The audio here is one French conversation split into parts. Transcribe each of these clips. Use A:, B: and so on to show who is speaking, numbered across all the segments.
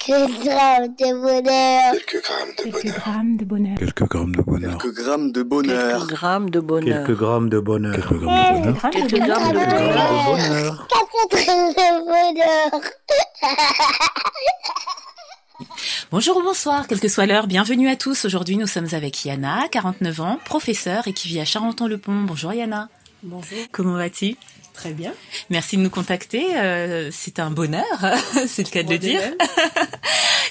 A: Quelques grammes de bonheur.
B: Quelques grammes de
C: Quelques
B: bonheur.
C: grammes de bonheur.
D: Quelques grammes de bonheur.
E: Quelques grammes de bonheur.
F: Quelques grammes de bonheur.
G: Quelques grammes de bonheur.
D: Quelques grammes de bonheur.
C: Quelques
F: Quelques
C: grammes
F: grammes de bonheur.
G: bonheur.
A: Quatre grammes de bonheur.
H: Bonjour ou bonsoir, quelle que soit l'heure, bienvenue à tous. Aujourd'hui, nous sommes avec Yana, 49 ans, professeure et qui vit à Charenton-le-Pont. Bonjour Yana.
F: Bonjour.
H: Comment vas-tu
F: Très bien.
H: Merci de nous contacter. euh, c'est un bonheur, c'est le cas de
F: Moi
H: le
F: de
H: dire.
F: même.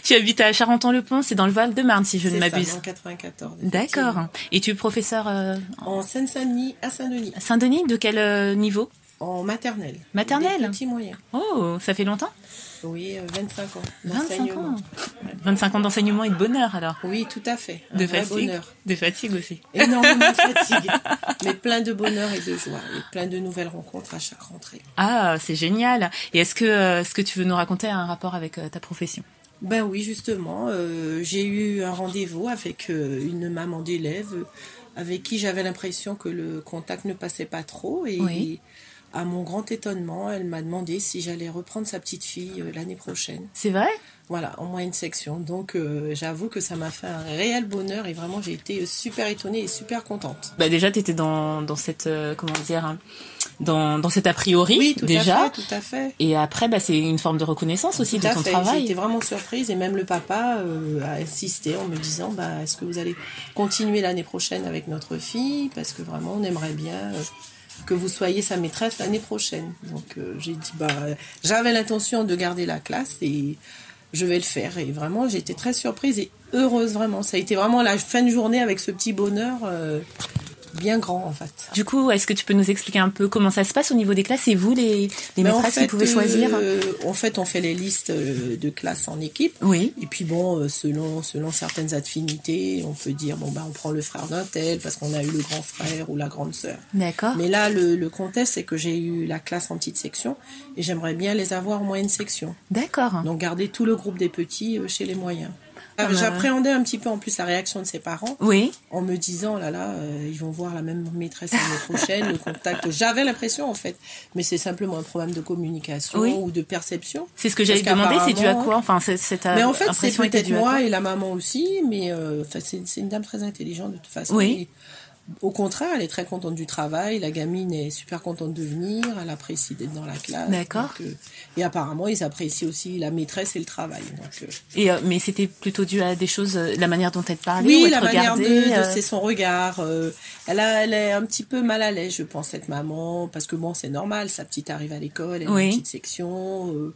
H: tu habites à Charenton-le-Pont, c'est dans le Val-de-Marne, si je ne
F: C'est ça,
H: m'abuse.
F: en 94. effectivement.
H: D'accord. Et tu es professeur euh,
F: En Seine-Saint-Denis, à Saint-Denis,
H: à Saint-Denis De quel euh, niveau
F: en maternelle.
H: Maternelle
F: Petit moyen.
H: Oh, ça fait longtemps
F: Oui, euh, 25 ans.
H: 25 ans.
F: d'enseignement.
H: 25 ans d'enseignement et de bonheur alors.
F: Oui, tout à fait. Un
H: De
F: vrai
H: fatigue.
F: bonheur.
H: De fatigue aussi.
F: Énormément de fatigue, mais plein de bonheur et de joie, et plein de nouvelles rencontres à chaque rentrée.
H: Ah, c'est génial. Et est-ce que euh, ce que tu veux nous raconter a un rapport avec euh, ta profession
F: Ben oui, justement, euh, j'ai eu un rendez-vous avec euh, une maman d'élève euh, avec qui j'avais l'impression que le contact ne passait pas trop. Et
H: Oui.
F: à mon grand étonnement, elle m'a demandé si j'allais reprendre sa petite fille euh, l'année prochaine.
H: C'est vrai
F: Voilà, en moyenne section. Donc euh, j'avoue que ça m'a fait un réel bonheur et vraiment j'ai été super étonnée et super contente.
H: Bah déjà, t'étais dans dans cette euh, comment dire hein, dans dans cet a priori
F: Oui, tout
H: déjà.
F: à fait, tout à fait.
H: Et après, bah c'est une forme de reconnaissance aussi de ton
F: J'ai été
H: travail.
F: vraiment surprise et même le papa euh, a insisté en me disant bah, est-ce que vous allez continuer l'année prochaine avec notre fille Parce que vraiment, on aimerait bien euh, que vous soyez sa maîtresse l'année prochaine. Donc euh, j'ai dit bah, j'avais l'intention de garder la classe et je vais le faire. Et vraiment, j'ai été très surprise et heureuse vraiment. Ça a été vraiment la fin de journée avec ce petit bonheur euh, bien grand en fait.
H: Du coup, est-ce que tu peux nous expliquer un peu comment ça se passe au niveau des classes et vous les les
F: Mais Bah, en
H: maîtresses qui
F: fait,
H: pouvez choisir hein.
F: euh, En fait, on fait les listes euh, de classes en équipe.
H: Oui.
F: Et puis bon, euh, selon, selon certaines affinités, on peut dire, bon, bah, on prend le frère d'un tel parce qu'on a eu le grand frère ou la grande sœur.
H: D'accord.
F: Mais là, le, le contexte, c'est que j'ai eu la classe en petite section et j'aimerais bien les avoir en moyenne section.
H: D'accord.
F: Donc garder tout le groupe des petits euh, chez les moyens. Euh,
H: Ah bah.
F: J'appréhendais un petit peu en plus la réaction de ses parents
H: Oui.
F: en me disant, oh là là, euh, ils vont voir la même maîtresse l'année prochaine, le contact. J'avais l'impression en fait, mais c'est simplement un problème de communication
H: Oui.
F: ou de perception.
H: C'est ce que j'allais te
F: Parce
H: demander. C'est dû à
F: qu'apparemment,
H: quoi Enfin, c'est- cette euh,
F: Mais en fait, c'est
H: impression était
F: peut-être
H: due à quoi
F: moi et la maman aussi, mais euh, enfin, c'est c'est une dame très intelligente de toute façon.
H: Oui.
F: Et au contraire, elle est très contente du travail, la gamine est super contente de venir, elle apprécie d'être dans la classe.
H: D'accord.
F: Donc, euh, et apparemment, ils apprécient aussi la maîtresse et le travail. Donc, euh,
H: Et euh, mais c'était plutôt dû à des choses, euh, la manière dont elle te parlait ou
F: oui,
H: elle
F: la
H: te
F: manière de,
H: regardait,
F: de-
H: euh,
F: c'est son regard. euh, elle, a, elle est un petit peu mal à l'aise, je pense, cette maman, parce que bon, c'est normal, sa petite arrive à l'école, elle a
H: Oui.
F: une petite section. euh,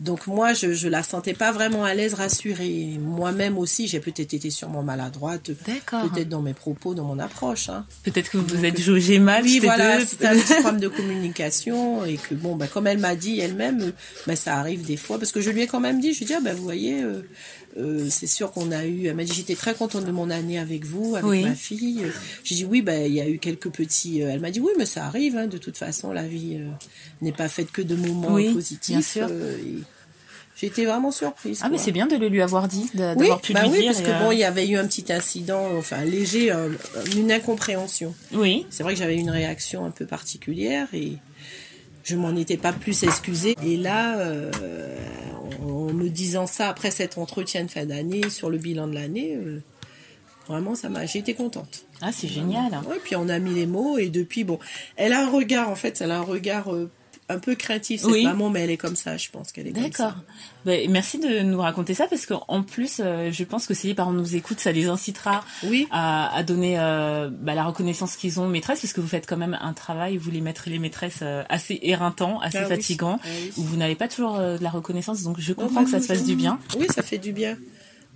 F: donc moi, je, je la sentais pas vraiment à l'aise, rassurée. Moi-même aussi, j'ai peut-être été sûrement maladroite,
H: D'accord.
F: peut-être dans mes propos, dans mon approche. hein.
H: Peut-être que vous vous êtes jaugé mal.
F: Ah Oui,
H: tous les
F: voilà,
H: deux.
F: c'était un petit problème de communication et que bon, bah, comme elle m'a dit elle-même, euh, bah, ça arrive des fois parce que je lui ai quand même dit, je lui ai dit, ah, bah, vous voyez, euh, euh, c'est sûr qu'on a eu, elle m'a dit, j'étais très contente de mon année avec vous, avec
H: Oui.
F: ma fille. Euh, J'ai dit oui, bah, il y a eu quelques petits. euh, elle m'a dit oui, mais ça arrive, hein, de toute façon, la vie euh, n'est pas faite que de moments
H: Oui,
F: positifs.
H: bien sûr.
F: euh, et J'étais vraiment surprise.
H: Ah mais
F: quoi.
H: c'est bien de le lui avoir dit, de-
F: Oui,
H: d'avoir pu
F: bah
H: lui
F: oui,
H: dire.
F: parce
H: et,
F: que
H: euh,
F: bon, il y avait eu un petit incident, enfin léger, euh, une incompréhension.
H: Oui.
F: C'est vrai que j'avais une réaction un peu particulière et je m'en étais pas plus excusée. Et là, euh, en en me disant ça après cet entretien de fin d'année sur le bilan de l'année, euh, vraiment, ça m'a, j'ai été contente.
H: Ah c'est génial.
F: Ouais, puis on a mis les mots et depuis, bon, elle a un regard en fait, elle a un regard euh, un peu craintif cette
H: Oui.
F: maman, mais elle est comme ça, je pense qu'elle est comme ça.
H: D'accord. Ben, merci de nous raconter ça parce qu'en plus, euh, je pense que si les parents nous écoutent, ça les incitera
F: Oui.
H: à, à donner euh, bah, la reconnaissance qu'ils ont aux maîtresses parce que vous faites quand même un travail, vous les maîtres et les maîtresses euh, assez éreintant, assez
F: Ah oui.
H: fatigant,
F: Ah oui.
H: où vous n'avez pas toujours euh, de la reconnaissance. Donc je comprends
F: bah,
H: que ça se fasse du bien.
F: Oui, ça fait du bien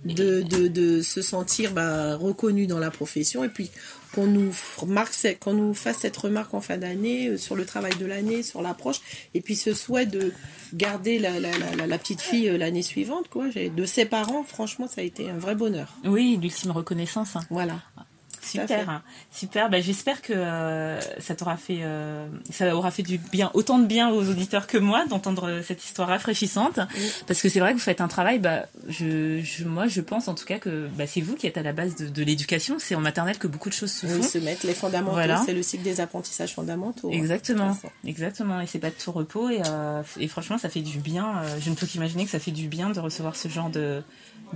F: de, de, de se sentir bah, reconnu dans la profession et puis qu'on nous remarque, c'est- qu'on nous fasse cette remarque en fin d'année euh, sur le travail de l'année, sur l'approche, et puis ce souhait de garder la, la, la, la- la petite fille euh, l'année suivante, quoi. J'ai- De ses parents, franchement, ça a été un vrai bonheur.
H: Oui, l'ultime reconnaissance. hein.
F: Voilà. à fait.
H: Super, super. Bah, j'espère que euh, ça t'aura fait, euh, ça aura fait du bien, autant de bien aux auditeurs que moi d'entendre euh, cette histoire rafraîchissante,
F: Oui.
H: parce que c'est vrai que vous faites un travail. Bah, je, je- moi, je pense en tout cas que bah, c'est vous qui êtes à la base de, de l'éducation. C'est en maternelle que beaucoup de choses se
F: Oui,
H: font.
F: se mettre les fondamentaux,
H: Mmh. Voilà.
F: c'est le cycle des apprentissages fondamentaux. hein.
H: Exactement,
F: toute façon.
H: exactement, et c'est pas de tout repos et, euh, et franchement ça fait du bien. euh, je ne peux qu'imaginer que ça fait du bien de recevoir ce genre de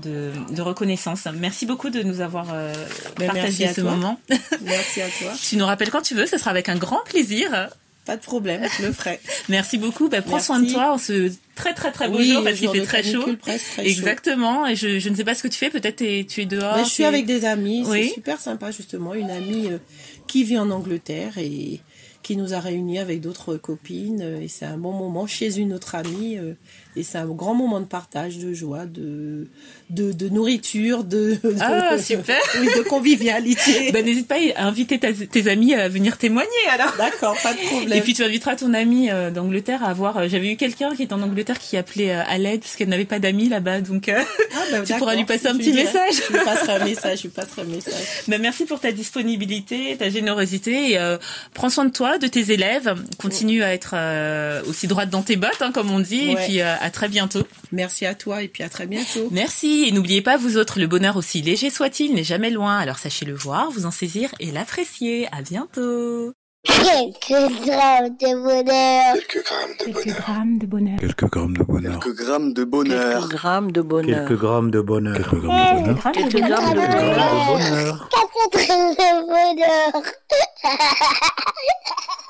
H: de, de reconnaissance. Merci beaucoup de nous avoir euh,
F: Ben, merci
H: partagé
F: à
H: ce
F: toi.
H: moment.
F: Merci à toi.
H: Tu nous rappelles quand tu veux, ce sera avec un grand plaisir.
F: Pas de problème, je le ferai.
H: Merci beaucoup. Bah, prends soin de
F: Merci.
H: toi en ce très très très beau
F: Oui,
H: jour
F: le
H: Ah, parce qu'il
F: jour
H: fait
F: de
H: très chaud.
F: canicule, presque très chaud.
H: Exactement. Et je, je ne sais pas ce que tu fais. Peut-être t'es- tu es dehors.
F: Ouais, Bah, je suis
H: t'es-
F: avec des amis,
H: Ah, Oui.
F: c'est super sympa justement. Une amie euh, qui vit en Angleterre et qui nous a réunis avec d'autres copines. euh, Et c'est un bon moment chez une autre amie. euh, Et c'est un grand moment de partage, de joie, de, de, de nourriture, de, de-
H: Ah, super.
F: oui, de convivialité.
H: Bah, n'hésite pas à inviter ta- tes amis à venir témoigner alors.
F: D'accord, pas de
H: Et
F: problème.
H: puis tu inviteras ton amie euh, d'Angleterre à avoir. euh, J'avais eu quelqu'un qui est en Angleterre qui appelait euh, à l'aide parce qu'elle n'avait pas d'amis là-bas. Donc euh,
F: Ah, bah,
H: tu pourras
F: d'accord,
H: lui passer un
F: je
H: petit
F: dirai.
H: message.
F: Je lui passerai un message, je lui passerai un message.
H: Bah, merci pour ta disponibilité, ta générosité. Et, euh, prends soin de toi, de tes élèves. Continue à être euh, aussi droite dans tes bottes, hein, comme on dit. Et
F: Ouais.
H: puis euh, à très bientôt.
F: Merci à toi et puis à très bientôt.
H: Merci. Et n'oubliez pas, vous autres, le bonheur aussi léger soit-il n'est jamais loin. Alors sachez le voir, vous en saisir et l'apprécier. À bientôt.
A: Quelques drames de bonheur.
B: Quelques grammes de
C: Quelques
B: bonheur.
C: grammes de bonheur.
D: Quelques grammes de bonheur.
B: Quelques grammes de bonheur.
E: Quelques grammes de bonheur.
G: Quelques grammes de bonheur.
D: Quelques grammes
C: grammes
D: de bonheur.
E: Quelques grammes
A: Quelques grammes de
E: de bonheur.
A: bonheur. Quatre drames de bonheur.